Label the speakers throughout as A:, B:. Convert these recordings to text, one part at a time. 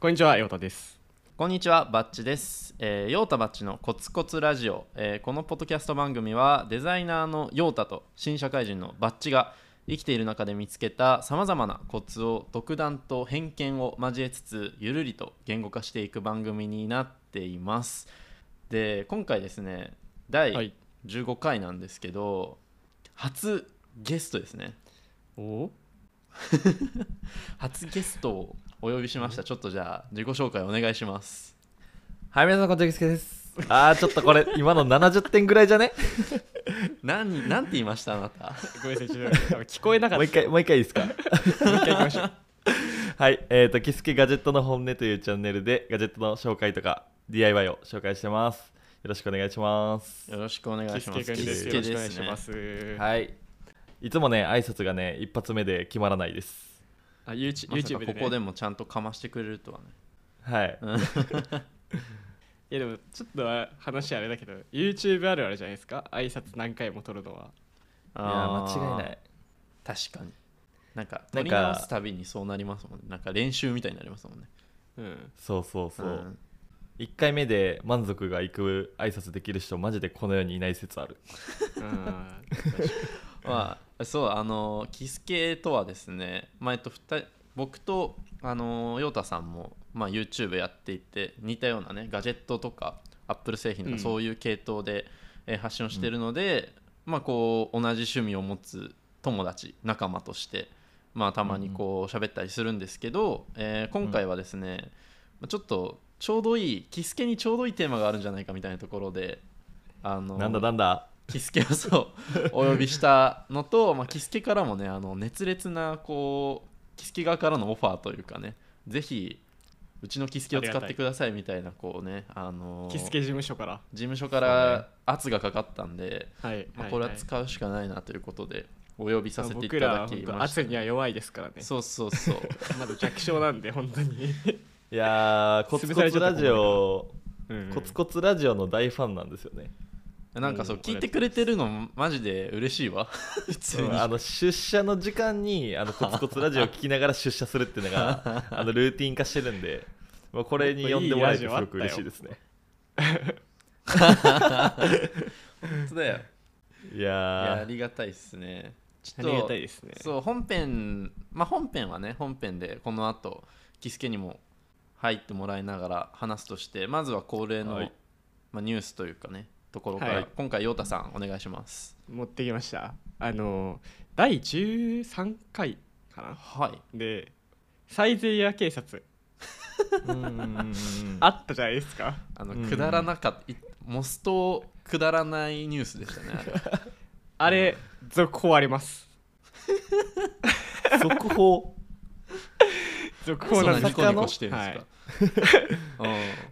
A: こんにちは、ようたです。
B: こんにちは、バッチです。えー、ヨータバッチのコツコツラジオ、えーこのポッドキャスト番組は、デザイナーのヨータと新社会人のバッチが生きている中で見つけたさまざまなコツを独断と偏見を交えつつ、ゆるりと言語化していく番組になっています。で、今回ですね、
A: は
B: 第
A: い。
B: 15回なんですけど、初ゲストですね。
A: お
B: 初ゲストをお呼びしました。ちょっとじゃあ、自己紹介お願いします。
C: はい、皆さん、こんにちは、ゆきすけです。あー、ちょっと これ、今の70点ぐらいじゃね
B: 何、なんて言いましたあなた。
A: ごめんなさい、ちょっと多分聞こえなか
C: も
A: っ
C: う一回、もう一回いいですか
A: た。もう一回行きましょう。
C: はい、えっ、ー、と、キスケガジェットの本音というチャンネルで、ガジェットの紹介とか、DIY を紹介してます。よろしくお願いします。
B: よろしくお願い
A: キ
B: し
A: ス
B: ます。
A: ケ君です。
B: キ
A: よ
B: スケ
A: ろしくお願い
B: です
A: し
B: ね
A: ます。
C: はい。いつもね、挨拶がね、一発目で決まらないです。
A: あ、YouTube
B: まさ
A: YouTube
B: か
A: で
B: こ
A: ね。
B: こでもちゃんとかましてくれるとはね。
C: はい。
A: いやでもちょっとは話あれだけど、YouTube あるあるじゃないですか。挨拶何回も撮るのは。
B: い。
C: いやー、間違いないい。
B: 確かに。なんか、撮
C: なんか
B: り直すたびにそうなりますもんね。なんか練習みたいになりますもんね。
A: うん。
C: そうそうそうう。
B: ん
C: 一1回目で満足がいく挨拶できる人、マジでこの世にいない説ある。
A: あ
B: まあ、そう、あの、キスケとはですね、前と二人、僕と、あの、ヨータさんも、まあ、YouTube やっていて、似たようなね、ガジェットとか、アップル製品と
A: うん
B: か、そういう系統で、えー発信をしているので、まあ、こう、同じ趣味を持つ友達、仲間として、まあ、たまにこう、喋ったりするんですけど、えー今回はですね、まあちょっと、ちょうどいい、キスケにちょうどいいテーマがあるんじゃないかみたいなところで、あの
C: なんだなんだ
B: キスケをそうお呼びしたのと、 まあ、キスケからもねあの熱烈なこうキスケ側からのオファーというかねぜひうちのキスケを使ってくださいみたいなこうねあの
A: ー
B: ー
A: キスケ事務所から。
B: 事務所か
C: そう
B: ら
C: ね
B: 圧がかかったんで、
A: はい。
B: まあ、これは
A: はい
B: 使うしかないなということでお呼びさせていた
A: 僕ら
B: だ
A: は
B: き
A: 本当
B: ました
A: 圧には弱いですからね。
B: そうそうそう
A: まだ弱小なんで本当 に。
C: いやー、コツコツラジオ、
A: うん
C: コツコツラジオの大ファンなんですよね。
B: なんかそう
A: おー
B: 聞いてくれてるのマジで嬉しい わ普通に
C: あの出社の時間にあのコツコツラジオを聞きながら出社するっていうの があのルーティン化してるんで、まあ、これに呼んでもらえてすごく嬉しいですね
B: 本当だよ
C: い
B: いやあ
C: やー
B: りがたいっすねち
A: あ
B: ょっと
A: りがたいですね。
B: そう本編まあ本編はね本編でこの後キスケにも入ってもらいながら話すとしてまずは恒例の、
C: はい
B: まあ、ニュースというかねところから、
A: はい
B: 今回陽太さんお願いします
A: 持ってきました。あの第13回かな。
B: はい
A: でサイゼリア警察
C: うんうんうんうん
A: あったじゃないですか
B: あの、
C: うん
B: くだらなかったいモストくだらないニュースでしたねあれは
A: あれ続報あります
C: 速報
A: 続報
B: そん
A: な
B: なんに
A: で
B: ニ
A: す
B: コニコしてるんですか、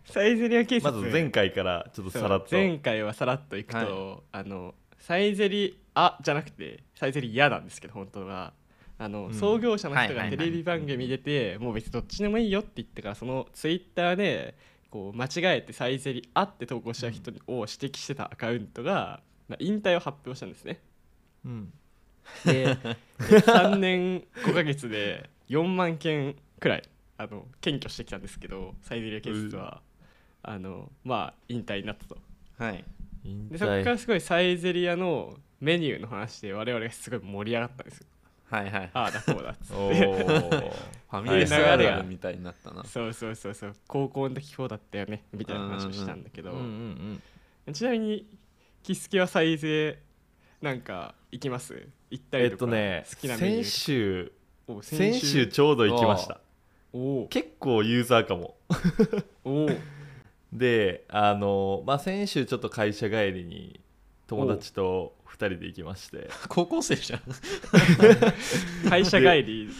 A: サイゼリア警
C: ま
A: 察
C: ず前回からちょっと
A: そう
C: さらっと
A: 前回はさらっといくと、
B: は
A: あのサイゼリアじゃなくてサイゼリアなんですけど本当はあの、
C: うん
A: 創業者の人
B: はいはいは
A: が
B: い
A: テレビ番組に出て、もう別にどっちでもいいよって言ってからそのツイッターでこう間違えてサイゼリアって投稿した人を指摘してたアカウントが、まあ引退を発表したんですね
C: うん
A: で3年5ヶ月で4万件くらいあの検挙してきたんですけどサイゼリア警察は、あのまあ引退になったと
B: うんはい
C: 引
A: でそこから
C: 退
A: すごいサイゼリアのメニューの話で我々がすごい盛り上がったんですよ
B: はいはい
A: ああだこうだっ つっ
C: お
A: て
C: ー
B: ファミレスあるあるみたいになったな
A: そうそうそうそう高校の時こうだったよねみたいな話をしたんだけ
C: う
A: ど、
C: んうんうん
A: ちなみにキスケはサイゼなんか行きます行った
C: え
A: り
C: っ
A: とか、
C: とね
A: 好きなメニュ
C: 先
A: ー
C: 週
A: お
C: 先週ちょうど行きました
A: おー
C: 結構ユーザーかも
A: おー
C: であのまあ先週ちょっと会社帰りに友達と2人で行きまして
B: 高校生じゃん
A: 会社帰り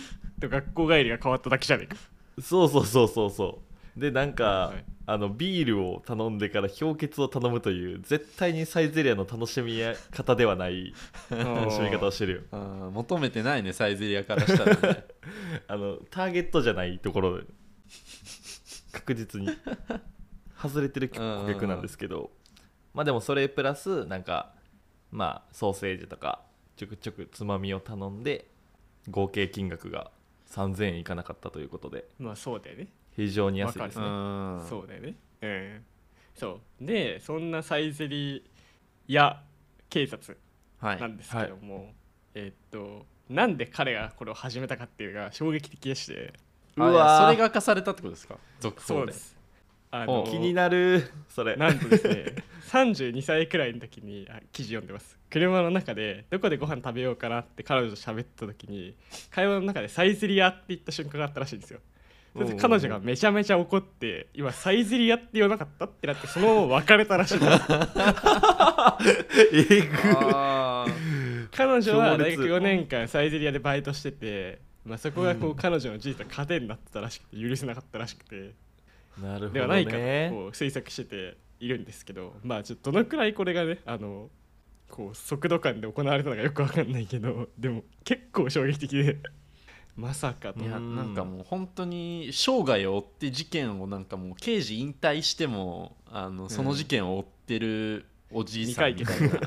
A: と学校帰りが変わっただけじゃねえか
C: そうそうそうそうそうでなんか、
A: はいはい
C: あのビールを頼んでから氷結を頼むという絶対にサイゼリアの楽しみ方ではない楽しみ方をしてるよ
B: あー求めてないねサイゼリアからしたらね
C: あのターゲットじゃないところで確実に外れてる顧客なんですけどまあでもそれプラスなんかまあソーセージとかちょくちょくつまみを頼んで合計金額が3000円いかなかったということで
A: まあそうだよね
C: 非常に安いです
A: う
C: ね
B: ん
A: そうだよねうんそうでそんなサイゼリや警察
B: はい
A: なんですけども、えーっとなんで彼がこれを始めたかっていうのが衝撃的でして
C: う
B: あいや
C: わ
B: そ
C: ー
B: れが明かされたってことですか続
A: そう
B: 報
A: で
B: です
A: あの
B: ほう
C: 気になるそれ
A: なんとですね32歳くらいの時にあ記事読んでます車の中でどこでご飯食べようかなって彼女と喋った時に会話の中でサイゼリアって言った瞬間があったらしいんですよそれで彼女がめちゃめちゃ怒って今サイゼリアって言わなかったってなってそのまま別れたらしいんです
C: えぐ
B: あー
A: 彼女は
C: 強
A: 大
C: 烈
A: 学4年間サイゼリアでバイトしてて、まあ、そこがこう彼女の事実の糧になってたらしくて許せなかったらしくて
C: なるほ
A: では
C: ど
A: ないかとこう
C: ね
A: 推測してているんですけどまあちょっとどのくらいこれがねあのこう速度感で行われたのかよくわかんないけどでも結構衝撃的で まさかと
B: いや
C: うん
B: なんかもう本当に生涯を追って事件をなんかもう刑事引退してもあのその事件を追ってるおじいさんみたいな
C: 確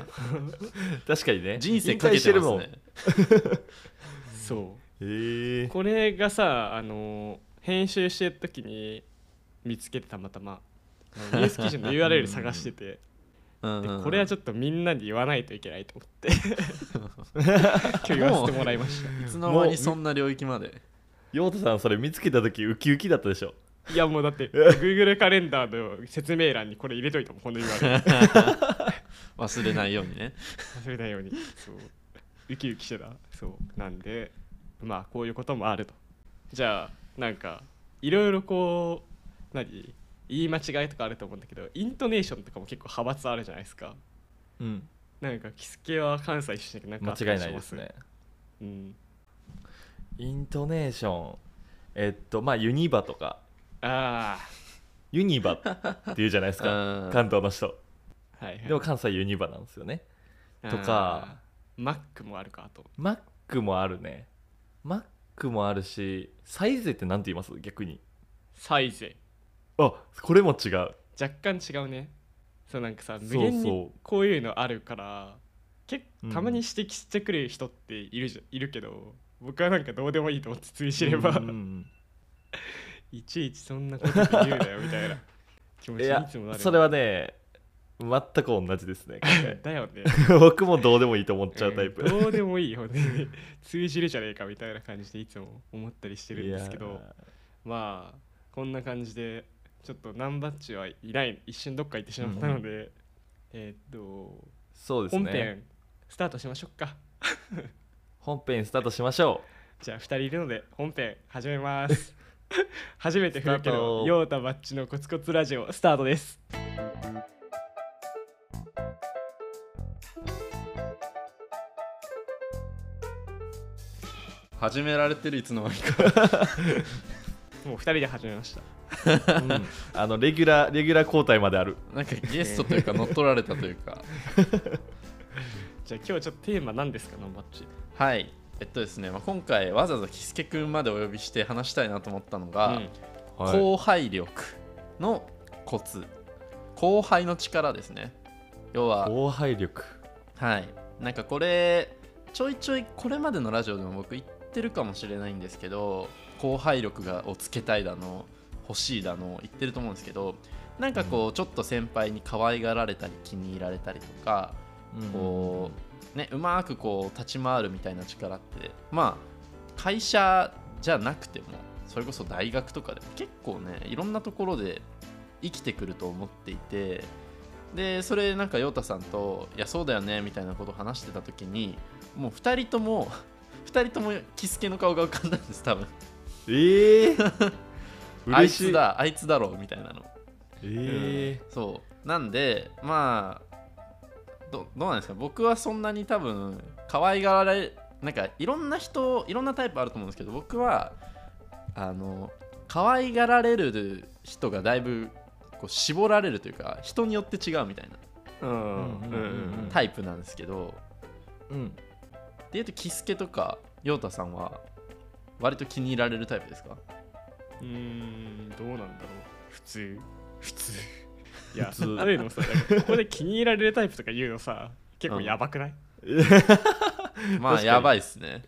C: かにね
B: 人生かけ
C: 引退して
B: て
C: る
B: ま
C: も
B: す
C: ん
B: ね
A: そ
C: え
A: う
C: ー
A: これがさあの編集してる時に見つけてたまたまあのニュース記事の URL 探しててでこれはち
B: ょ
A: ょっとみんなに言わないといけないと思 って今日言わせてもらいました
B: っといつの間にそんな領域まで
C: 陽太さんそれ見つけた時ウキウキだったでしょ
A: いやもうだって Google カレンダーの説明欄にこれ入れといたもんこの URL
B: 忘れないようにね
A: 忘れないようにそうウキウキしてたそうなんでまあこういうこともあるとじゃあなんかいろいろこう何言い間違いとかあると思うんだけどイントネーションとかも結構派閥あるじゃないですか
C: うん
A: なんかキスケは関西出身だけどなんか
C: 間
A: あったり
C: 違いな
A: し
C: い
A: ま
C: ですね
A: うん、
C: イントネーションえっとまあユニバとか
A: あ
C: ユニバっていうじゃないですか
B: うん
C: 関東の人
A: あはいはい
C: でも関西ユニバなんですよね
A: あー
C: とか
A: マックもあるかと
C: マックもあるねマックもあるしサイゼって何て言います逆に
A: サイゼ
C: あこれも違う
A: 若干違うねそうなんかさ
C: そ
A: 無
C: うそう
A: 限にこういうのあるから結
C: うん
A: 構たまに指摘してくる人っているじゃ、いるけど僕はなんかどうでもいいと思ってつい知れば、
C: うん
A: いちいちそんなこと言うなよみ たいな気持ち
C: い
A: にい
C: や
A: つもなる
C: それはね全く同じですね
A: だよね
C: 僕もどうでもいいと思っちゃうタイプ
A: んどうでもいいよね通じるじゃねえかみたいな感じでいつも思ったりしてるんですけ
C: いや
A: どまあこんな感じでちょっとナンバッチはいない一瞬どっか行ってしまったので、えーっと
C: そうです
A: 本
C: ね
A: 編スタートしましょうか
C: 本編スタートしましょ
A: じゃあ2人いるので本編始めます 初めて振るけ
C: スター
A: ど
C: ト
A: ヨータバッチのコツコツラジオスタートです
B: 始められてるいつの間にか
A: もう2人で始めました
C: う、 うんあのレギュラーレギュラー交代まである
B: なんかゲストというか乗っ取られたというか
A: じゃあ今日ちょっとテーマ何ですかナンバッチ
B: はいえっとですね、まあ、今回わざわざキスケくんまでお呼びして話したいなと思ったのが、
A: うん
B: 後輩力のコツ後輩の力ですね要は
C: 後輩力
B: はいなんかこれちょいちょいこれまでのラジオでも僕言ってるかもしれないんですけど後輩力がをつけたいだの欲しいだの言ってると思うんですけどなんかこうちょっと先輩に可愛がられたり気に入られたりとかこう,、ね、うまくこう立ち回るみたいな力ってまあ会社じゃなくてもそれこそ大学とかでも結構ねいろんなところで生きてくると思っていてでそれなんか陽太さんと「いやそうだよね」みたいなことを話してた時にもう2人とも2人ともキスケの顔が浮かんだんです多分
C: ええ
B: あ
C: 嬉
B: い
C: し
B: つ
C: い
B: だあいつだろうみたいなの
C: え
B: そうなんでまあどどうなんですか僕はそんなに多分可愛がられなんかいろんな人いろんなタイプあると思うんですけど僕はあの可愛がられる人がだいぶこう絞られるというか人によって違うみたいな
A: うん
C: うん
A: う
C: うんうん
A: ん
B: タイプなんですけど、
C: ーうん
B: でいうとキスケとか陽太さんは割と気に入られるタイプで すか
A: うーんどうなんだろう普通普通いや
C: 普通
A: そういうのさなんかここで気に入られるタイプとか言うのさ結構やばくない、
B: まあ
C: 確かに
B: やばいっすね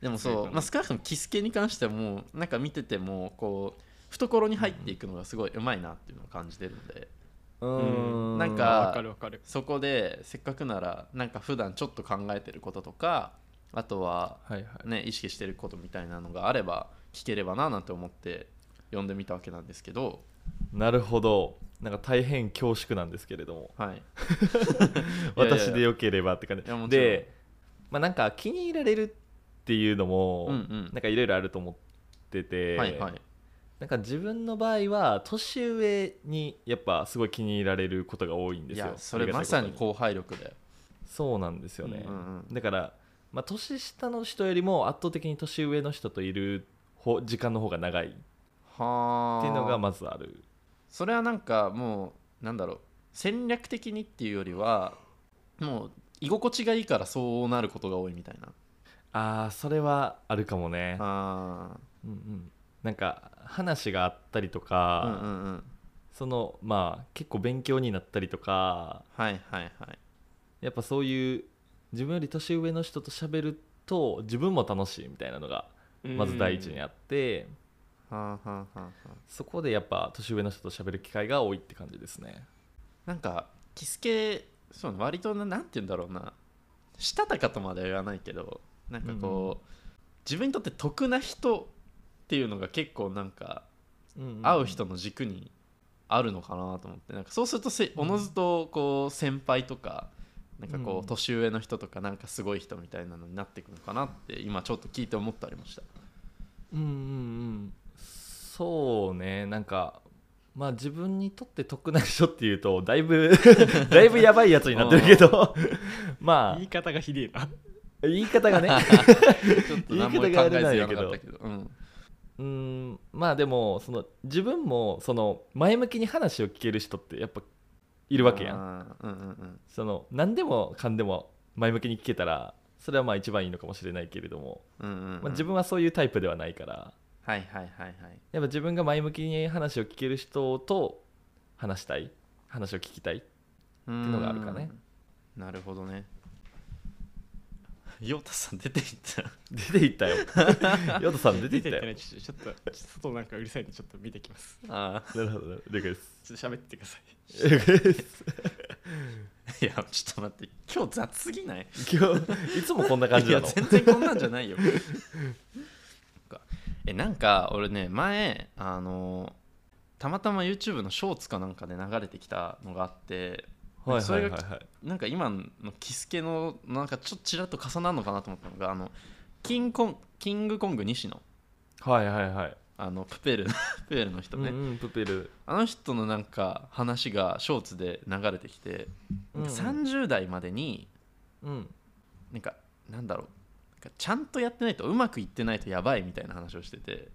B: でもそう、まあ、少なくともキスケに関してはもうなんか見ててもこう懐に入っていくのがすごいうまいなっていうのを感じてるので、
A: うん
B: なん
A: あわ
B: か
A: かるわかる
B: そこでせっかくならなんか普段ちょっと考えてることとかあとは、
C: はいはい
B: ね、意識してることみたいなのがあれば聞ければななんて思って読んでみたわけなんですけど、
C: なるほどなんか大変恐縮なんですけれども
B: はい、いやいや
C: 私でよければって感じ
B: いやもちろん
C: で、まあ、なんか気に入られるっていうのも、
B: うんうん
C: なんかいろいろあると思ってて、
B: はいはい
C: なんか自分の場合は年上にやっぱすごい気に入られることが多いんで
B: い
C: すよ
B: やそれまさに後輩力だよ、
C: そうなんですよね、
B: うんうん
C: だから、まあ、年下の人よりも圧倒的に年上の人といる方時間の方が長いっ
B: はあ
C: ていうのがまずある
B: それはなんかもうなんだろう戦略的にっていうよりはもう居心地がいいからそうなることが多いみたいな
C: あーそれはあるかもね、
B: あ
C: うんうん、なんか話があったりと
B: あ
C: か、
B: うんうんうん
C: そのまあ結構勉強になったりとか
B: はいはいはい
C: やっぱそういう自分より年上の人と喋ると自分も楽しいみたいなのがまず第一にあって、
B: はあはあはあはあ
C: そこでやっぱ年上の人と喋る機会が多いって感じですね
B: なんかキスケそうね割とななんて言うんだろうなしたたかとまでは言わないけどなんかこう、
C: うんう
B: 自分にとって得な人っていうのが結構なんか会う人の軸にあるのかなと思ってなんかそうするとせおのずとこう先輩とかなんか
C: うん
B: こ
C: うん
B: う年上の人とかなんかすごい人みたいなのになっていくのかなって今ちょっと聞いて思ってありました
C: うんうんうんそうねなんかまあ自分にとって得な人っていうとだいぶ だいぶやばいやつになってるけどま
A: 言い方がひでえな
C: あ言い方 がね
B: ちょっと何も考えず言わなかったけどうん
C: うんまあでもその自分もその前向きに話を聞ける人ってやっぱいるわけやん
B: あーうんうんうん
C: その何でもかんでも前向きに聞けたらそれはまあ一番いいのかもしれないけれども、
B: うんうんうん
C: まあ、自分はそういうタイプではないから
B: はいはいはいはい
C: やっぱ自分が前向きに話を聞ける人と話したい話を聞きたい
B: って
C: いうのがあるかね
B: なるほどね陽太さん出ていった
C: 出て行 ったよヨトさん出て
A: 出てっ
C: 行っ
A: たて
C: よ
A: ねちょっとちょっとちょっと外なんかうるさいんでちょっと見てきます
B: ああ
C: なるほど了解 で
A: ち
C: す
A: ょっと喋っててください
C: 了解です
B: いやちょっと待って今日雑すぎない
C: 今日いつもこんな感じ
B: い
C: な
B: や
C: の
B: 全然こんなんじゃないよかえなんか俺ね前あのたまたま YouTube のショーツかなんかで流れてきたのがあって
C: はい
B: そ
C: はい
B: れ
C: はい
B: が
C: はい
B: なんか今のキスケのなんかちょっとちらっと重なるのかなと思ったのがあのキンコンキングコング西野
C: はいはいはい
B: あのプペル プペルの人ね、
C: うんうんプペル
B: あの人のなんか話がショーツで流れてきて、なんか30代までに
C: うん
B: なんかなんだろうなんかちゃんとやってないとうまくいってないとやばいみたいな話をしてて
C: うんうんうん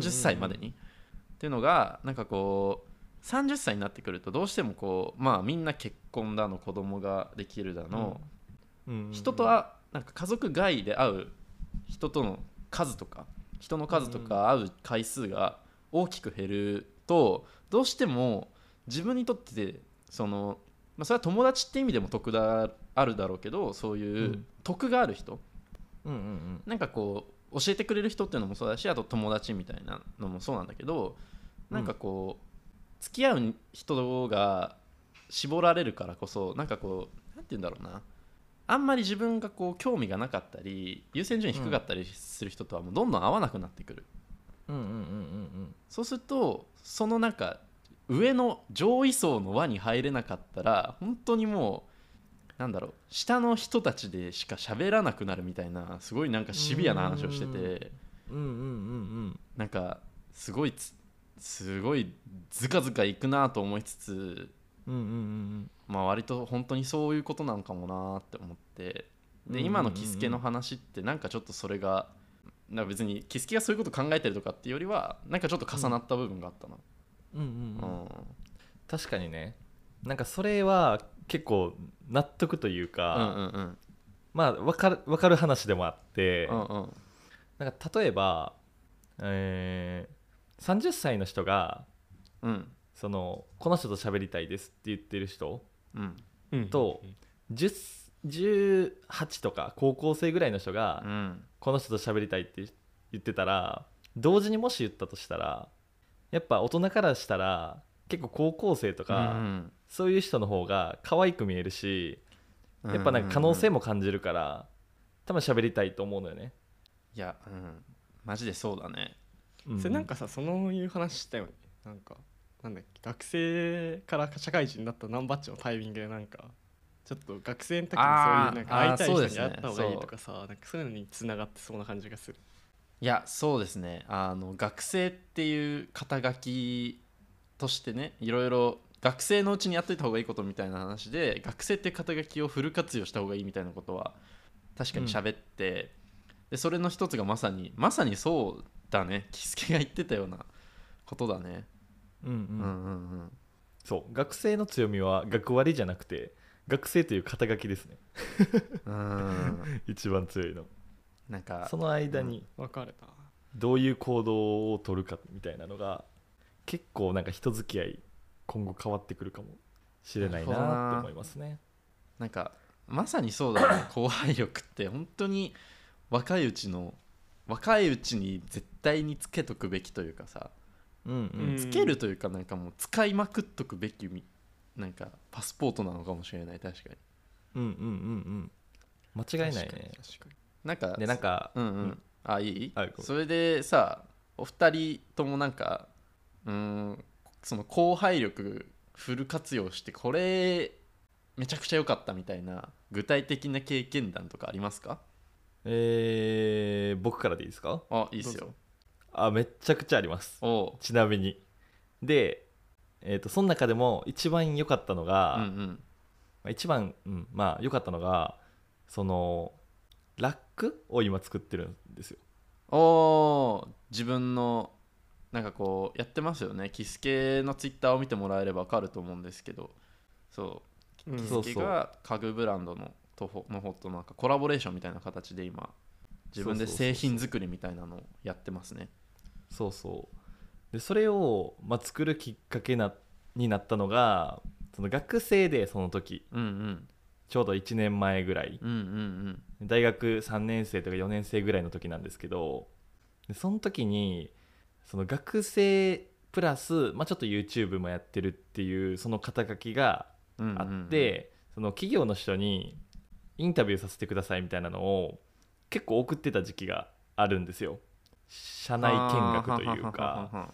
B: 30歳までに、っていうのがなんかこう30歳になってくるとどうしてもこうまあみんな結婚だの子供ができるだの、
C: うん
B: 人とあなんか家族外で会う人との数とか人の数とか会う回数が大きく減るとどうしても自分にとってその、まあ、それは友達って意味でも得だあるだろうけどそういううん得がある人、
C: うんうんうん
B: なんかこう教えてくれる人っていうのもそうだしあと友達みたいなのもそうなんだけどなんかこう、付き合う人が絞られるからこそなんかこうなんて言うんだろうなあんまり自分がこう興味がなかったり優先順位低かったりする人とはもうどんどん合わなくなってくる、
C: うんうんうんうん
B: そうするとそのなんか上の上位層の輪に入れなかったら本当にもうなんだろう下の人たちでしか喋らなくなるみたいなすごいなんかシビアな話をして
C: う
B: て
C: うんうんうん
B: なんかすごいつすごいずかずかいくなと思いつつ、
C: うんうんうんうん
B: まあ、割と本当にそういうことなんかもなって思って
C: うんうん
B: で
C: うん
B: 今のキスケの話ってなんかちょっとそれがなんか別にキスケがそういうこと考えてるとかっていうよりはなんかちょっと重なった部分があったな。
C: うんうん
B: う
C: うん
B: ん
C: 確かにねなんかそれは結構納得というか、
B: うんうんうん
C: まあ分かる分かる話でもあって、
B: うんうん
C: なんか例えば、えー30歳の人が
B: うん
C: そのこの人と喋りたいですって言ってる人
B: うん
A: うん
C: と
A: うん
C: 10, 18とか高校生ぐらいの人が
B: うん
C: この人と喋りたいって言ってたら同時にもし言ったとしたらやっぱ大人からしたら結構高校生とか、
B: うん
C: そういう人の方が可愛く見えるしやっぱなんか可能性
B: も
C: も感じるから、多分喋りたいと思うのよね、
B: いやうんマジでそうだね
A: それなん
C: か
A: かさそのいう話したよねなんかなんだっけ学生から社会人になったナンバッチのタイミングでなんかちょっと学生の時にそういう
B: あー
A: なんか会いたい
B: あーそう
A: 人
B: で
A: に
B: すね
A: 会った方がいいとかさなんかそういうのにつながってそうな感じがする
B: いやそうですねあの学生っていう肩書きとしてねいろいろ学生のうちにやっといた方がいいことみたいな話で学生っていう肩書きをフル活用した方がいいみたいなことは確かに喋って、でそれの一つがまさにまさにそうだね喜助が言ってたようなことだね、
C: うんうん
B: うん、うんうん
C: そう学生の強みは学割じゃなくて学生という肩書きですね
B: うん
C: 一番強いの
B: なんか
C: その間に
A: 別れた
C: どういう行動を取るかみたいなのが結構なんか人付き合い今後変わってくるかもしれな
B: なる
C: い
B: ほど
C: な
B: な
C: って思いますね
B: なんかまさにそうだね 後輩力って本当に若いうちの若いうちに絶対につけとくべきというかさ
C: うんう
A: うん
C: ん
B: つけるというかなんかもう使いまくっとくべきみなんかパスポートなのかもしれない確かに
C: うんうんうんうん間違いないね
A: 確かに
B: なんか
C: でなんか
B: うんう
C: うんん
B: あいい
C: あごめん
B: それでさお二人ともなんかうーんその後輩力フル活用してこれめちゃくちゃ良かったみたいな具体的な経験談とかありますか
C: えー、僕からでいいですか
B: あいいっす
A: どう
B: よ
C: あめっちゃくちゃあります
B: おう
C: ちなみにでえー、とその中でも一番良かったのが、
B: うんうん
C: まあ一番、うん、まあ良かったのがそのラックを今作ってるんですよ
B: おー自分のなんかこうやってますよねキスケのツイッターを見てもらえれば分かると思うんですけどそううキ
A: ん
C: そう
B: スケが家具ブランドのとほの方となんかコラボレーションみたいな形で今自分で
C: そうそうそうそう
B: 製品作りみたいなのをやってますね
C: そうそうでそれを、まあ、作るきっかけなになったのがその学生でその時
B: うんうん
C: ちょうど1年前ぐらい
B: うんうん
C: 大学3年生とか4年生ぐらいの時なんですけどでその時にその学生プラス、まあ、ちょっと YouTube もやってるっていうその肩書きが
B: うんうんうん
C: あって、その企業の人にインタビューさせてくださいみたいなのを結構送ってた時期があるんですよ社内見学とい
B: あーは
C: うか
B: ははは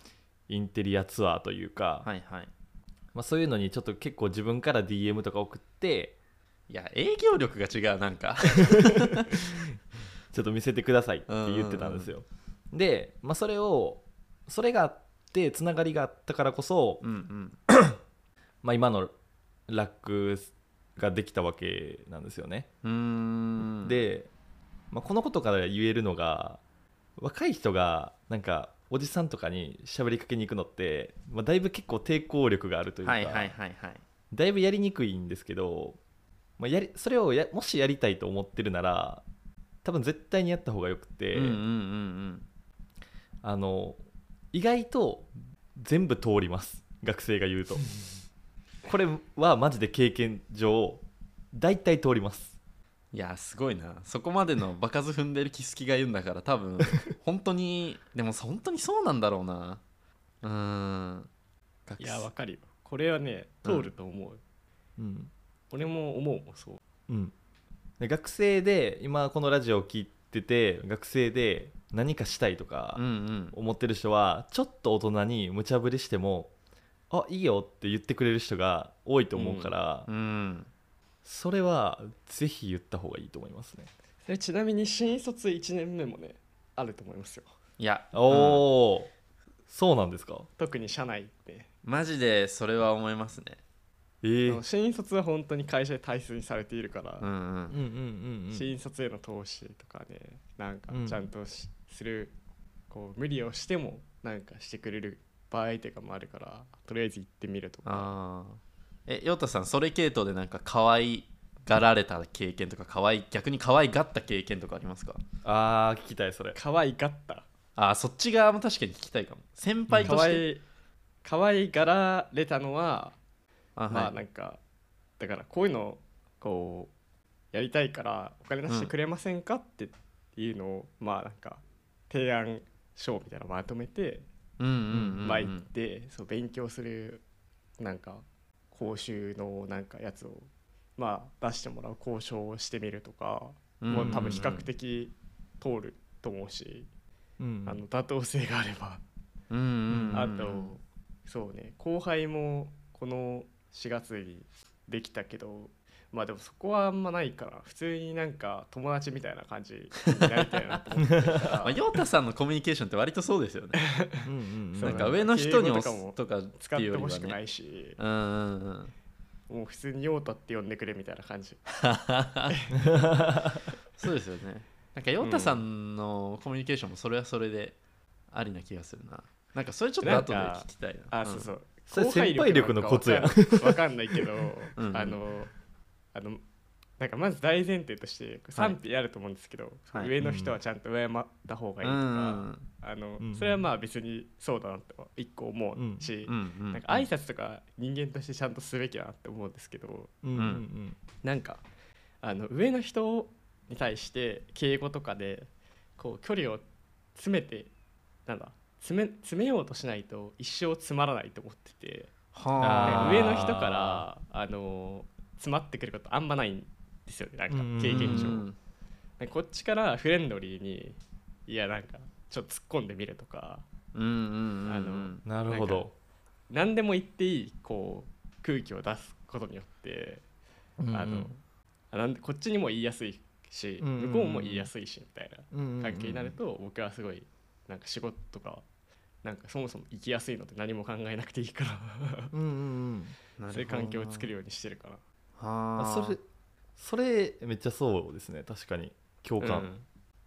C: インテリアツアーというか、
B: はいはい
C: まあ、そういうのにちょっと結構自分から DM とか送って
B: いや営業力が違うなんか
C: ちょっと見せてくださいって言ってたんですよ、で、まあ、それをそれがあってつながりがあったからこそ、
B: うんうん
C: まあ、今のラックができたわけなんですよね、
B: うーん
C: で、まあ、このことから言えるのが若い人がなんかおじさんとかに喋りかけに行くのって、まあ、だいぶ結構抵抗力があるというか、
B: はいはいはいはい
C: だいぶやりにくいんですけど、まあ、やりそれをやもしやりたいと思ってるなら多分絶対にやった方がよくて、
B: うんうんうん
C: あの意外と全部通ります学生が言うとこれはマジで経験上大体通ります
B: いやすごいなそこまで の場数踏んでるキスキが言うんだから多分本当にでもさ本当にそうなんだろうなうーん学
A: い
B: 生
A: やわかるよこれはね通ると思う、
C: うん
A: 俺も思うもんそう
C: うん、で学生で今このラジオを聞いてて学生で何かしたいとか
B: うんうん
C: 思ってる人はちょっと大人に無茶ぶりしても「あいいよ」って言ってくれる人が多いと思うから、
B: うん
C: それはぜひ言った方がいいと思いますね。
A: それちなみに新卒1年目もねあると思いますよ
B: いやうん
C: おー、そうなんですか
A: 特に社内って、
B: マジでそれは思いますね
C: え
A: あの
C: ー、
A: 新卒は本当に会社で大切にされているから、
B: うんうん
C: うんうんうんうん
A: 新卒への投資とかねなんか
C: うん
A: ちゃんとし、するこう無理をしてもなんかしてくれる場合とかもあるからとりあえず行ってみるとか
B: ああえヨタさんそれ系統でなんか可愛がられた経験とか可愛い逆に可愛がった経験とかありますか
C: あー聞きたいそれ
A: 可愛かった
B: あーそっち側も確かに聞きたいかも先輩と
A: 可
B: して
A: 愛い可愛がられたのは
B: あはい
A: まあなんかだからこういうのをこうやりたいからお金出してくれませんかっていうのをまあなんか提案書みたいなのまとめて
B: うんうんうん
A: まあ行ってそう勉強するなんか講習のなんかやつをまあ出してもらう交渉をしてみるとか
B: うんうん
A: もう多分比較的通ると思うし
C: うん
A: あの妥当性があれば
B: うんうんうん
A: あとそうね後輩もこの4月にできたけどまあでもそこはあんまないから普通になんか友達みたいな感じになりたいなと思ってるか
B: ま
A: ら
B: あ、ヨータさんのコミュニケーションって割とそうですよね。
C: うんうんうん
A: そう
B: なんか上の人に押
A: 敬語
B: すとかって
A: 使っ
B: いう
A: て
B: より
A: ほ
B: は
A: しくな
B: ね。
A: いし
B: うんうんうん、
A: もう普通に「ヨータ」って呼んでくれみたいな感じ
B: そうですよね。なんかヨータさんのコミュニケーションもそれはそれでありな気がするな。なんかそれちょっと後で聞きたいな。。
A: あそうそうう
C: それ先輩力のコツや
A: 後輩力なのかわかんないけど
B: うんうん
A: あのあのなんかまず大前提として賛否あると思うんですけど、
B: はい
A: 上の人はちゃんと敬った方がいいとか、
B: ん
A: あの
C: うん
A: それはまあ別にそうだなと一個思うし、
B: うんうん、
A: なんか挨拶とか人間としてちゃんとすべきだなって思うんですけど
C: うんうん
A: なんかあの上の人に対して敬語とかでこう距離を詰めてなんだ詰め詰めようとしないと一生つまらないと思ってて
B: はあ
C: ー
A: 上の人からあの詰まってくることあんまないんですよねなんか経験上
B: う
C: うん
A: なんかこっちからフレンドリーにいやなんかちょっと突っ込んでみるとか
B: うんうんうん
A: あ
B: うん
A: の
C: なるほど
A: 何でも言っていいこう空気を出すことによって、あのあなんでこっちにも言いやすいし、
C: うんうんうん
A: 向こうも言いやすいしみたい
C: の
A: な関係になると、僕はすごいなんか仕事とかなんかそもそも行きやすいので何も考えなくていいから
C: うんうんうん
B: なるほど
A: そういう環境を作るようにしてるから。
B: は
C: あ
B: あ
C: それそれめっちゃそうですね確かに共感、
A: うん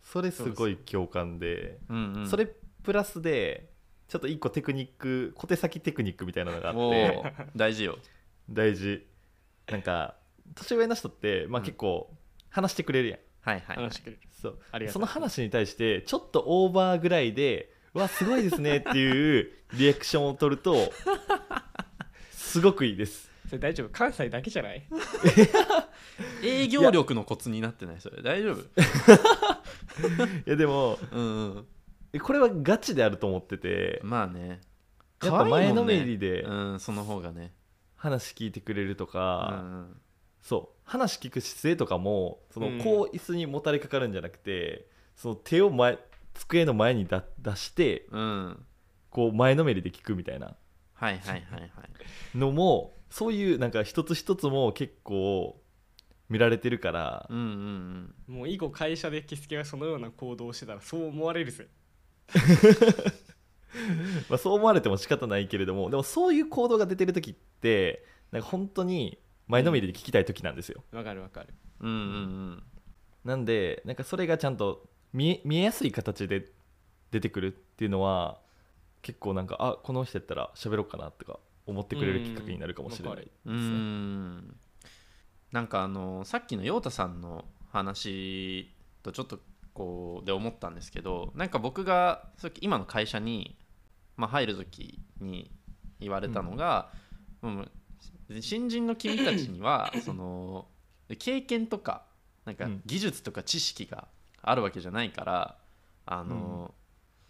C: それすごい共感で
B: うんうん、
C: それプラスでちょっと一個テクニック小手先テクニックみたいなのがあ
B: お
C: って
B: ー大事よ。
C: 大事なんか年上の人って、まあ、
B: うん
C: 結構話してくれるやん、
B: はいはい、はい
A: 話。してくれる
C: そう
A: ありがと
C: そうの話に対してちょっとオーバーぐらいで「わすごいですね」っていう リアクションを取るとすごくいいです
A: それ大丈夫関西だけじゃない
B: 営業力のコツになってないそれ大丈夫
C: いやでも
B: うんうん
C: これはガチであると思ってて
B: まあね
C: やっぱ
B: 可愛い
C: 前
B: も
C: の
B: んね
C: めりで
B: うんその方がね
C: 話聞いてくれると
B: う
C: か、
B: ん
C: そう話聞く姿勢とかもその
A: うん
C: こう椅子にもたれかかるんじゃなくて、その手を前机の前にだ出して
B: うんうん
C: こう前のめりで聞くみたいな
B: はいはいはいはい
C: のもそういうなんか一つ一つも結構見られて るから、
B: うんうん
A: もう以後会社でキスケがそのような行動をしてたらそう思われるぜ
C: まあ、そう思われても仕方ないけれどもでもそういう行動が出てる時ってなんか本当に前のめりで聞きたい時なんですよ。
A: わかるわかる
B: うんうんうん
C: なんでなんかそれがちゃんと見え見えやすい形で出てくるっていうのは結構なんかあこの人やったら喋ろうかなとか思ってくれるきっかけになるかもしれない、
B: うんうんなんかあのさっきの陽太さんの話とちょっとこうで思ったんですけどなんか僕がさっき今の会社に、まあ、入る時に言われたのが、うん新人の君たちに はその経験とかなんか
C: うん
B: 技術とか知識があるわけじゃないから、あの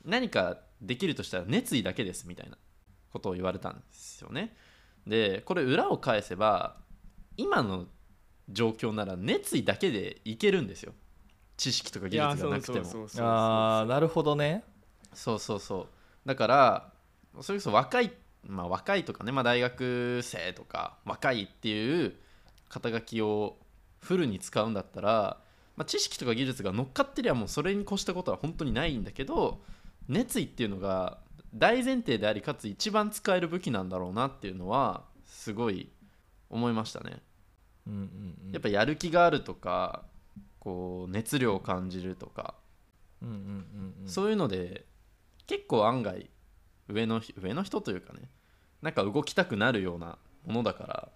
B: 何かできるとしたら熱意だけですみたいなことを言われたんですよね。でこれ裏を返せば今の状況なら熱意だけでいけるんですよ知識とか
A: い
B: 技
A: や
B: 術
A: そ
B: がな
A: う
B: くて
A: そう
B: も
A: そうそう
C: ああなるほどね
B: そうそうそうだからそれこそ若いまあ若いとかね、まあ、大学生とか若いっていう肩書きをフルに使うんだったら、まあ、知識とか技術が乗っかってりゃもうそれに越したことは本当にないんだけど熱意っていうのが大前提でありかつ一番使える武器なんだろうなっていうのはすごい思いましたね。
C: うんうんうん
B: やっぱやる気があるとかこう熱量を感じるとか
C: うんうんうんうん
B: そういうので結構案外上の人上の人というかねなんか動きたくなるようなものだから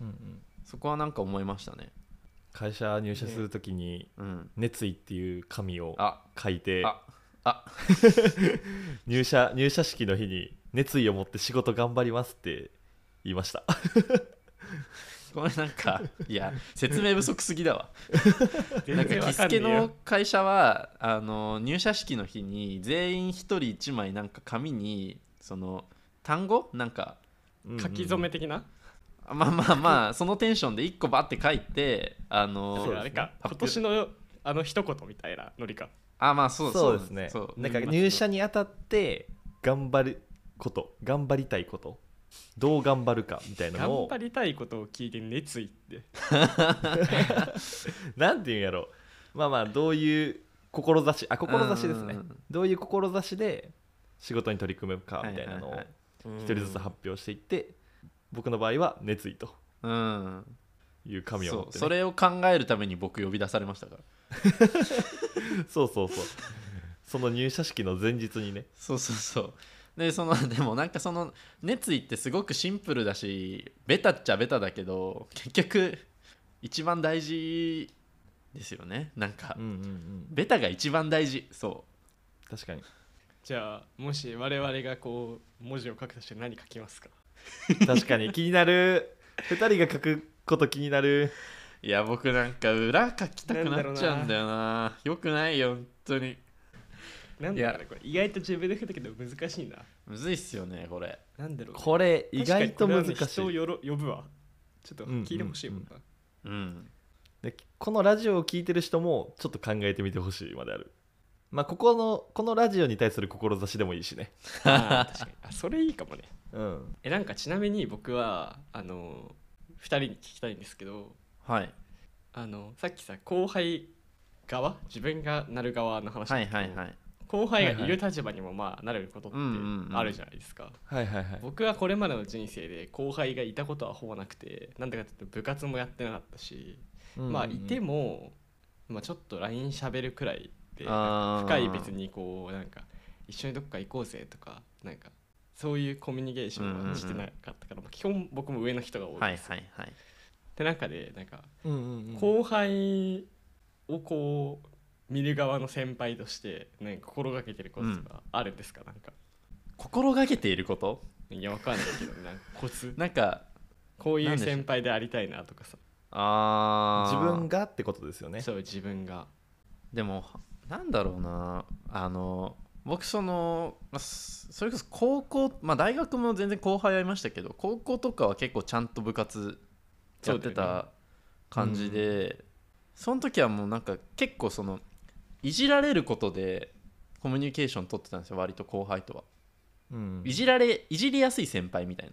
C: うんうん
B: そこはなんか思いましたね
C: 会社入社するときに
B: うん
C: 熱意っていう紙を
B: あ
C: 書いて
B: ああ
C: 入社入社式の日に熱意を持って仕事頑張りますって言いました
B: これなんか いや説明不足すぎだわな
A: 全
B: んか
A: 然
B: キ
A: わか
B: ス
A: んね
B: ケ
A: え
B: の
A: よ
B: 会社はあの入社式の日に全員一人一枚なんか紙にその単語なんか
A: 書き初め的な、
B: まあまあま あそのテンションで一個バッて書いてあの
C: そうですね
A: あれか
B: 発
A: 今
B: 表
A: 年のあの一言みたいなノリか
B: あまあそう
C: そうですね
B: そう
C: なんか入社にあたって頑張ること頑張りたいことどう頑張るかみたいなの
A: 頑
C: を
A: 張りたいことを聞いて熱意って
C: なんていうんやろまあまあどういう志あ志です
B: う
C: ね
B: ん
C: どういう志で仕事に取り組むかみたいなのを
B: はいはい
C: 一人ずつ発表していって僕の場合は熱意と
B: うん
C: いう紙を持っ
B: そ
C: て
B: う
C: ね
B: それを考えるために僕呼び出されましたから
C: そうそうそうその入社式の前日にね
B: そうそうそうでその でもなんかその熱意ってすごくシンプルだしベタっちゃベタだけど結局一番大事ですよねなんか、
C: うんうんうん
B: ベタが一番大事そ
C: 確かに
A: じゃあもし我々がこう文字を書くとして何書きますか
C: 確かに気になる2人が書くこと気になる
B: ういや僕なんか裏書きたくなっちゃうんだよなよくないよ本当に
A: なんだろうねこれ意外と自分で書くけど難しいな
B: むずいっすよねこれ
A: なんだろう
C: これ意外と難
A: 確かに
C: し
A: これはね人を
C: い
A: よろ呼ぶわちょっと聞いてほしいもんな、
B: うん
C: でこのラジオを聞いてる人もちょっと考えてみてほしいまであるまあここのこのラジオに対する志でもいいしね
A: あ ー確かにあそれいいかもね
C: うん
A: えなんかちなみに僕はあの2人に聞きたいんですけど
B: はい
A: あのさっきさ後輩側自分がなる側の話だ
B: は
A: け
B: い
A: ど
B: はいはい
A: 後輩がいる立場にもまあなることって
B: うんうんうん
A: あるじゃないですか、
C: はいはいはい
A: 僕はこれまでの人生で後輩がいたことはほぼなくてなんでかっていうと部活もやってなかったし、まあいて
C: も
A: も、まあ、ちょっと LINE 喋るくらいで
B: あー
A: 深い別にこうなんか一緒にどっか行こうぜとかなんかそういうコミュニケーションはしてなかったから、まあ基本僕も上の人が多い
B: はい
A: です、
B: はいはい
A: って中でなんか
C: うんうんうん
A: 後輩をこう見る側の先輩としてなんか心がけてることとかあるんですか、なんか
B: 心がけていること
A: いやわかんないけど なんかコツ
B: なんか
A: こうい
B: なん
A: う
B: でしょう
A: 先輩でありたいなとかさ、
B: あ
C: 自
B: ー
C: 分がってことですよね
A: そう自分が
B: でもなんだろうなあの僕そのまあすそれこそ高校、まあ、大学も全然後輩はいましたけど高校とかは結構ちゃんと部活やって
A: そうだよ
B: た感じでそ,、の時はもうなんか結構そのいじられることでコミュニケーション取ってたんですよ割と後輩とは
C: うん
B: いじられいじりやすい先輩みたいな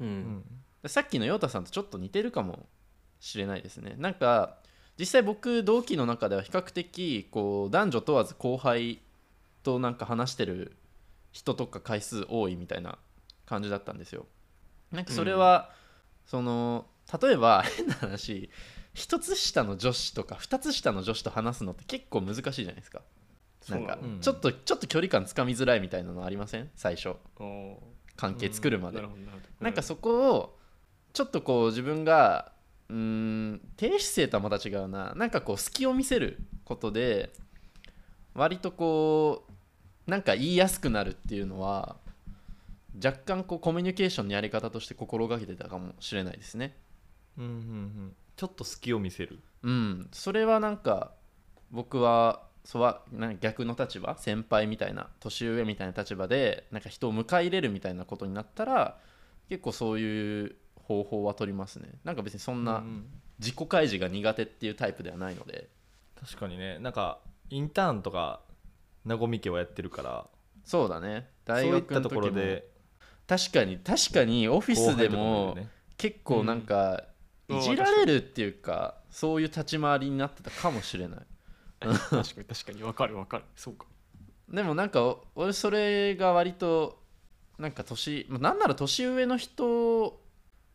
A: うん、
C: うん
B: でさっきの陽太さんとちょっと似てるかもしれないですねなんか実際僕同期の中では比較的こう男女問わず後輩となんか話してる人とか回数多いみたいな感じだったんですよなんかそれは、その例えば 変な話一つ下の女子とか二つ下の女子と話すのって結構難しいじゃないですかなんか
A: そう
C: なの
B: ちょっとちょっと距離感つかみづらいみたいなのありません最初
A: の
B: 関係作るま
A: な
B: で
A: るほどなるほど
B: なんかそこをちょっとこう自分がうーん低姿勢とはまた違うななんかこう隙を見せることで割とこうなんか言いやすくなるっていうのは若干こうコミュニケーションのやり方として心がけてたかもしれないですね
C: うんうんうんちょっと隙を見せる
B: うんそれはなんか僕はそうはなんか逆の立場先輩みたいな年上みたいな立場でなんか人を迎え入れるみたいなことになったら結構そういう方法は取りますねなんか別にそん
C: う
B: なん自己開示が苦手っていうタイプではないので
C: 確かにねなんかインターンとかなごみ家はやってるから
B: そうだね
C: そう
B: 大
C: いっ
B: 学
C: た
B: の
C: と
B: 時
C: こ
B: も
C: ろで
B: 確かに確かにオフィスで
C: 後輩とか
B: も
C: ね
B: 結構なんか
A: うん
B: いじられるっていうかそういう立ち回りになってたかもしれない
A: 確かに確かに分かる分かるそうか
B: でもなんかお俺それが割となんか年まあなんなら年上の人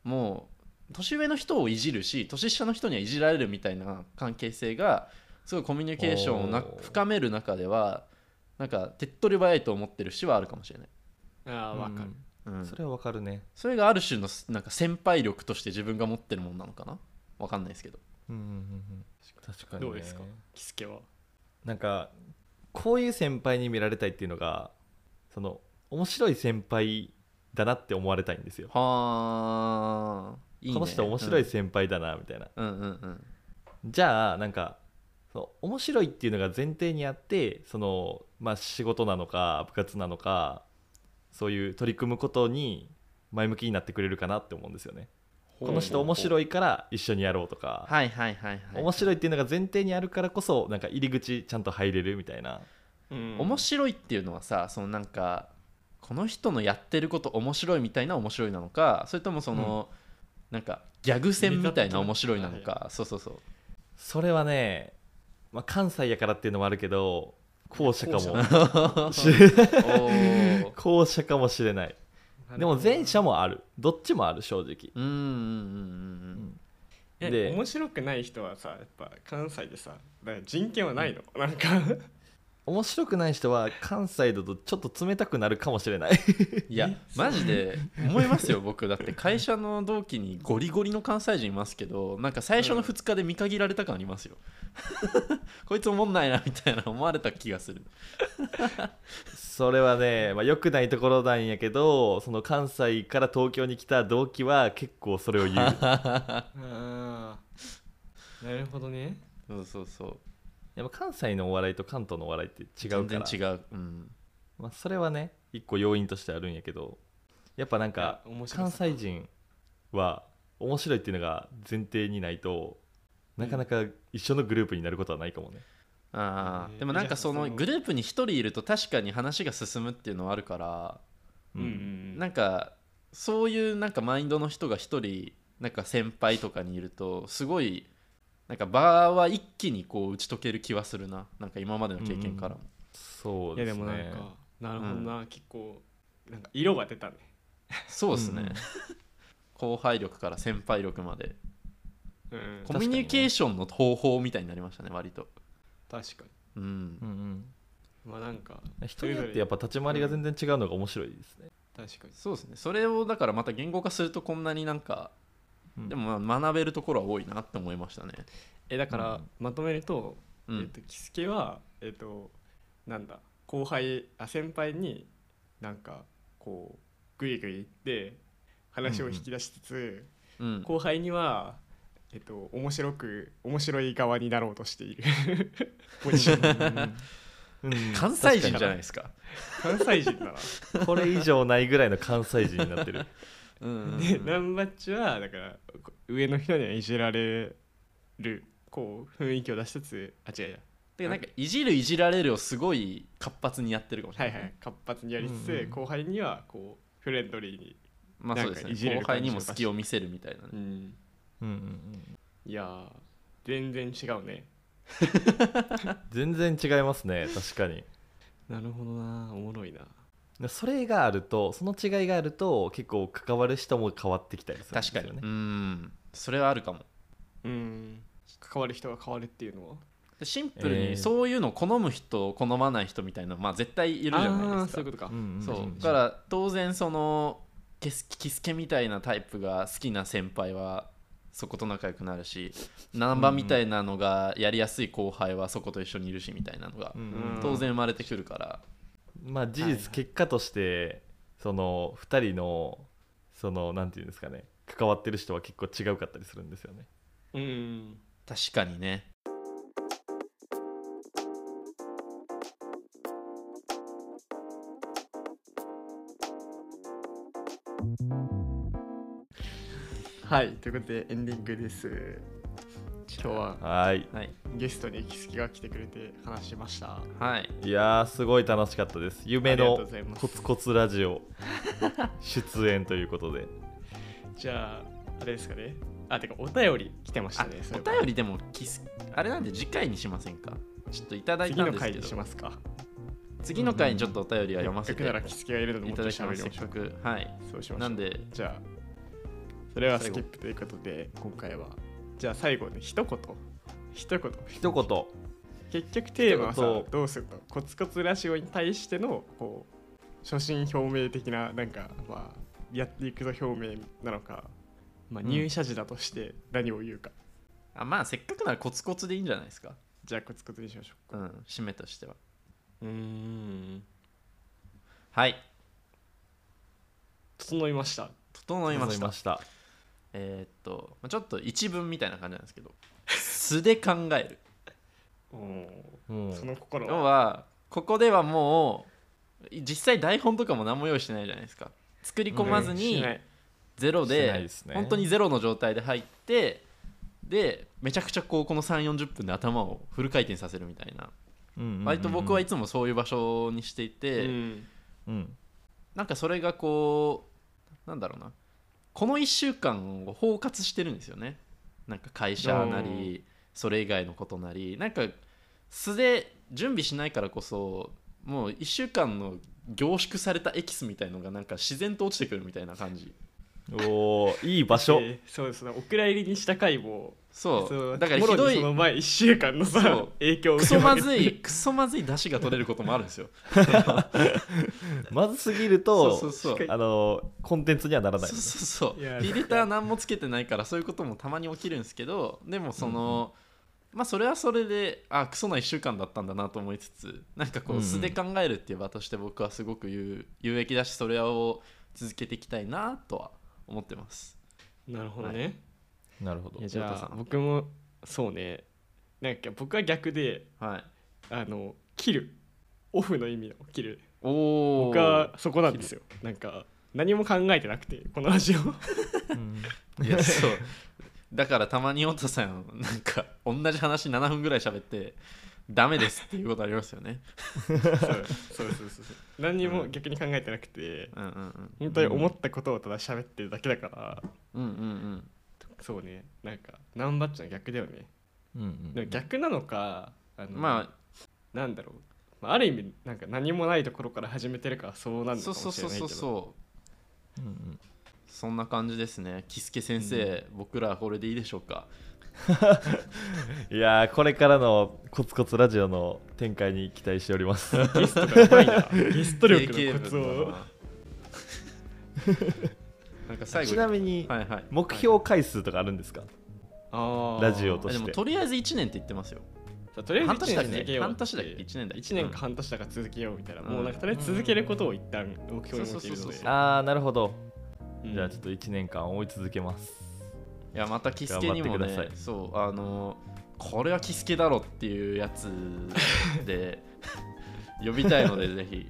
B: も年上の人をいじるし年下の人にはいじられるみたいな関係性がすごいコミュニケーションをな
C: おー
B: 深める中ではなんか手っ取り早いと思ってる節はあるかもしれない、
A: ああ分かる、
B: うん
C: それはわかるね
B: それがある種のすなんか先輩力として自分が持ってるもんなのかなわかんないですけど
C: うんうんうんうん確かにね
A: どうですかキスケは
C: なんかこういう先輩に見られたいっていうのがその面白い先輩だなって思われたいんですよ
B: はあいいね
C: この人面白い先輩だなみたいな、
B: うんうんうん
C: じゃあなんかその面白いっていうのが前提にあってその、まあ、仕事なのか部活なのかそういう取り組むことに前向きになってくれるかなって思うんですよね。この人面
A: い
C: 白いから一緒にやろうとか、
B: はいはいはいはい
C: 面白いっていうのが前提にあるからこそなんか入り口ちゃんと入れるみたいな
B: 面白いっていうのはさそのなんかこの人のやってること面白いみたいな面白いなのかそれともその、なんかギャグ戦みたいな面白いなの
A: ネタ的
B: かそうそうそう
C: それはね、まあ、関西やからっていうのもあるけど後者か
A: 後
C: もし
B: おー
C: 後者かもしれないでも前者もあるどっちもある正直
B: うんうんうん
A: え
C: で
A: 面白くない人はさやっぱ関西でさだから人権はないの、なんか
C: 面白くない人は関西だとちょっと冷たくなるかもしれない
B: うん うんいやマジで思いますよ僕だって会社の同期にゴリゴリの関西人いますけどなんか最初の2日で見限られた感ありますよこいつおもんないなみたいな思われた気がする
C: それはね、まあ、良くないところなんやけどその関西から東京に来た同期は結構それ を言う
A: あーなるほどね
B: そうそうそう
C: でも関西のお笑いと関東のお笑いって違うから
B: 全然違ううん
C: まあ、それはね一個要因としてあるんやけどやっぱなんか
A: いや面白さ
C: 関西人は面白いっていうのが前提にないとなかなか一緒のグループになることはないかもね、
B: あ
A: え
B: ー
A: ー
B: でもなんかそ
A: じゃあ
B: の
A: その
B: グループに1人いると確かに話が進むっていうのはあるから
A: うんうんうん
B: なんかそういうなんかマインドの人が1人なんか先輩とかにいるとすごいなんか場は一気にこう打ち解ける気はするななんか今までの経験からも、
C: そう
A: いや
C: で
A: ですもなん
C: ね
A: かなるほどな、結構なんか色が出たね
B: そうですね、
C: うん
B: 後輩力から先輩力まで
A: うん
B: コミュニケーションの方法みたいになりましたね割と
A: 確かに
B: うん
C: うんうん
A: まあなんか
C: 人によってやっぱ立ち回りが全然違うのが面白いですね、
A: 確かに
B: そうですねそれをだからまた言語化するとこんなになんか、
C: うん
B: でもまあ学べるところは多いなって思いましたね
A: えだから、
C: うん
A: まとめると、
B: うん
A: えっとキスケはえっ、となんだ後輩あ先輩になんかこうグイグイ行って話を引き出しつつ、
B: うん、
A: 後輩にはえっ、と面白く面白い側になろうとしてい るポジション
C: うん
B: 関西人じゃないですか。
A: 関西人だな
C: これ以上ないぐらいの関西人になってる
B: うん
A: でナンバッチはだからこ上の人にはいじられるこう雰囲気を出しつつあ違う違う
B: でなんかいじるいじられるをすごい活発にやってるかもし
A: は
B: れ
A: い
B: な。
A: はいい活発にやりつつ、
C: うんうん
A: 後輩にはこうフレンドリーに、
B: まあそうです
A: なんかいじれ
B: ね。
A: る
B: 後輩にも隙を見せるみたいなね。
C: うんうんうん
A: いやー全然違うね
C: 全然違いますね確かに
A: なるほどなおもろいな
C: それがあるとその違いがあると結構関わる人も変わってきたりするんです
B: 確か
C: よ
B: に。
C: ね
B: うん。それはあるかも。
A: うん関わる人が変わるっていうのは
B: でシンプル
C: え
B: に
C: ー
B: そういうの好む人好まない人みたいなまあ絶対いるじゃな
A: あ
B: いで
A: ー
B: す
A: そういう
B: か
A: こ。とか、
C: んんん
B: そうだから当然そのキスキスケみたいなタイプが好きな先輩はそこと仲良くなるしナンバみたいなのがやりやすい後輩はそこと一緒にいるしみたいなのが
C: うんうん
B: 当然生まれてくるから。
C: まあ事
A: はいはい
C: 実結果としてその2人のそのなんていうんですかね関わってる人は結構違うかったりするんですよね
A: うん
B: 確かにね
A: はいということでエンディングです今日は
C: はい
B: はい、
A: ゲストにキスキが来てくれて話しました
B: はい、
C: いやーすごい楽しかったです夢
A: ありが
C: の
A: とうございます
C: コツコツラジオ出演ということで
A: じゃああれですかねあてかお便り来てました
B: あ
A: ね
B: お便りでもキスあれなんで次回にしませんかちょっといただ
A: り
B: い
A: 次
B: た
A: の
B: んです
A: 回
B: け
A: にし
B: ど
A: ますか
B: 次の回にちょっとお便りは
A: せっ
B: 読ませ
A: かく
B: てい
A: な
B: た
A: ら
B: だ
A: キスキがいるのでもっと
B: きます
A: 喋り
B: せっ
A: ましょ
B: か
A: う
B: くはい
A: そうしましょう
B: なんで
A: じゃあそれはスキップということで今回はじゃあ最後に一言一言
C: 一言
A: 結局テーマは
C: 一
A: さ
C: 言
A: どうするのコツコツラジオに対してのこう初心表明的ななんかまあやっていくぞ表明なのか、まあ、
B: うん
A: 入社時だとして何を言うか、
B: あまあせっかくならコツコツでいいんじゃないですか
A: じゃあコツコツにしましょ
B: うん締めとしては
A: ううん
B: はい
A: 整いました
B: 整いました
C: した
B: えーっとまあちょっと一文みたいな感じなんですけど素で考え る
C: うん
A: その心
B: 要
A: は
B: はここではもう実際台本とかも何も用意してないじゃないですか作り込まず
A: し
B: に
A: ない
B: ゼロ
C: してない
B: で
C: ですね
B: 本当にゼロの状態で入ってでめちゃくちゃこうこの3 4 0分で頭をフル回転させるみたいな
C: うんうんうん
B: 割と僕はいつもそういう場所にしていて、
A: うん
C: うん
B: なんかそれがこうなんだろうなこの1週間を包括してるんですよねなんか会社なりそれ以外のことなりなんか素で準備しないからこそもう1週間の凝縮されたエキスみたいのがなんか自然と落ちてくるみたいな感じ
C: おーいい場所
A: えーそうですねお蔵入りにした回も
B: そう
A: そう
B: だから
A: も
B: ひ
A: ろ
B: ど
A: に
B: い
A: その前1週間の
B: そ
A: さ
B: う
A: 影響を
B: ク
A: 受け
B: ソ
A: ま
B: ま
A: くって
B: ずいクソまずい出汁が取れることもあるんですよ
C: まずすぎる
B: そう
C: と
B: そうそう
C: あのコンテンツにはならない
B: そうそうそう
A: い
B: フ
A: や
B: ィルター何もつけてないからそういうこともたまに起きるんですけどでもその、まあそれはそれであクソな1週間だったんだなと思いつつなんかこ
C: うんう
B: うん素で考えるっていう場として僕はすごく有有益だしそれを続けていきたいなとは思ってます
A: なるほどね、
C: なるほど
A: いやじ
B: ジョータ
A: ゃ
B: さ
A: あ
B: ん
A: 僕もそうねなんか僕は逆で
B: はい
A: あの切るオフの意味の切る
B: おお
A: 僕はそこなんですよなんか何も考えてなくてこのラジオ
B: いやそうだからたまに太田さんなんか同じ話7分ぐらい喋ってダメですっていうことありますよね
A: そうそうそうそうそう 何にも逆に考えてなくて
B: うんうんうん
A: 本当に思ったことをただ喋ってるだけだから
B: うんうん
A: そうねなんかナンバッチの逆だよね
C: うんうん
A: でも逆なのかあの
B: うんまあ
A: なんだろうまあある意味なんか何もないところから始めてるからそうなるのか
B: そう
A: もしれ
B: そう
A: ないけど
B: そうそうそう
C: うんうん
B: そんな感じですね喜助先生、僕らこれでいいでしょうか
C: いやーこれからのコツコツラジオの展開に期待しております
A: ゲストがうまいな ゲスト力
B: AKB
A: のコツを
B: だな なんか最後
C: ちなみに
B: はいはい
C: 目標回数とかあるんですか
A: あー
C: ラジオと
B: えで
C: し
B: も
C: て
B: とりあえず1年って言ってますよ
A: さとりあえず
B: 半
A: 1
B: 年だっ
A: 年
B: け
A: 続けよう
B: 半年だっけ1年だっけ
A: 1年か半年だから続けようみたいな、
B: うん
A: もうなんかとりあえず続けることを一旦目標に持っているの
B: そうそう
A: で
B: そうそう
C: ああなるほど、
A: うん
C: じゃあちょっと1年間追い続けます
B: いやまた喜助にも
C: 頑張ってくだ
B: ね
C: さい
B: そうあのこれは喜助だろっていうやつで 呼びたいのでぜひ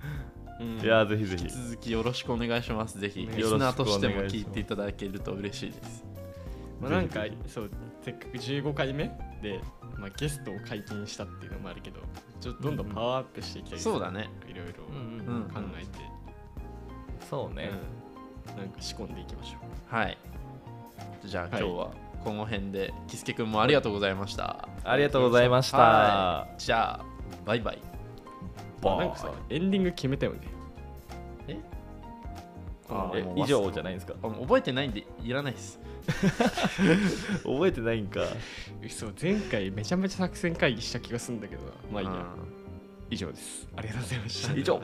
A: うん
C: いやーぜひぜひ
B: 引き続きよろしくお願いしますぜひ
A: ね
B: リスナーとして
C: よ
B: も
C: ろしくお願いします
B: 聞いていただけると嬉しいです
A: まあ、なんか
C: ぜひぜ
A: そうせっかく15回目で、まあ、ゲストを解禁したっていうのもあるけどちょっとどんどんパワーアップしていきたいですね
B: そうだね
A: いろいろ
C: うん
B: うん
A: 考えて、
C: そうね、
A: うんなんか仕込んでいきましょう
B: はいじゃ
A: は
B: あ今
A: い
B: 日はこの辺で喜助くんもありがとうございました、
C: ありがとうございました、
B: はいじゃあバイバイ
C: バ
A: な
C: イ
A: んかさエンディング決めたよね
B: え
A: あ
C: え
A: ー
B: もう忘れ
C: 以上じゃないんですか
B: あ覚えてないんでいらないです
C: 覚えてないんか
A: そう前回めちゃめちゃ作戦会議した気がするんだけどなまあいいや
B: うん
A: 以上ですありがとうございました
C: 以上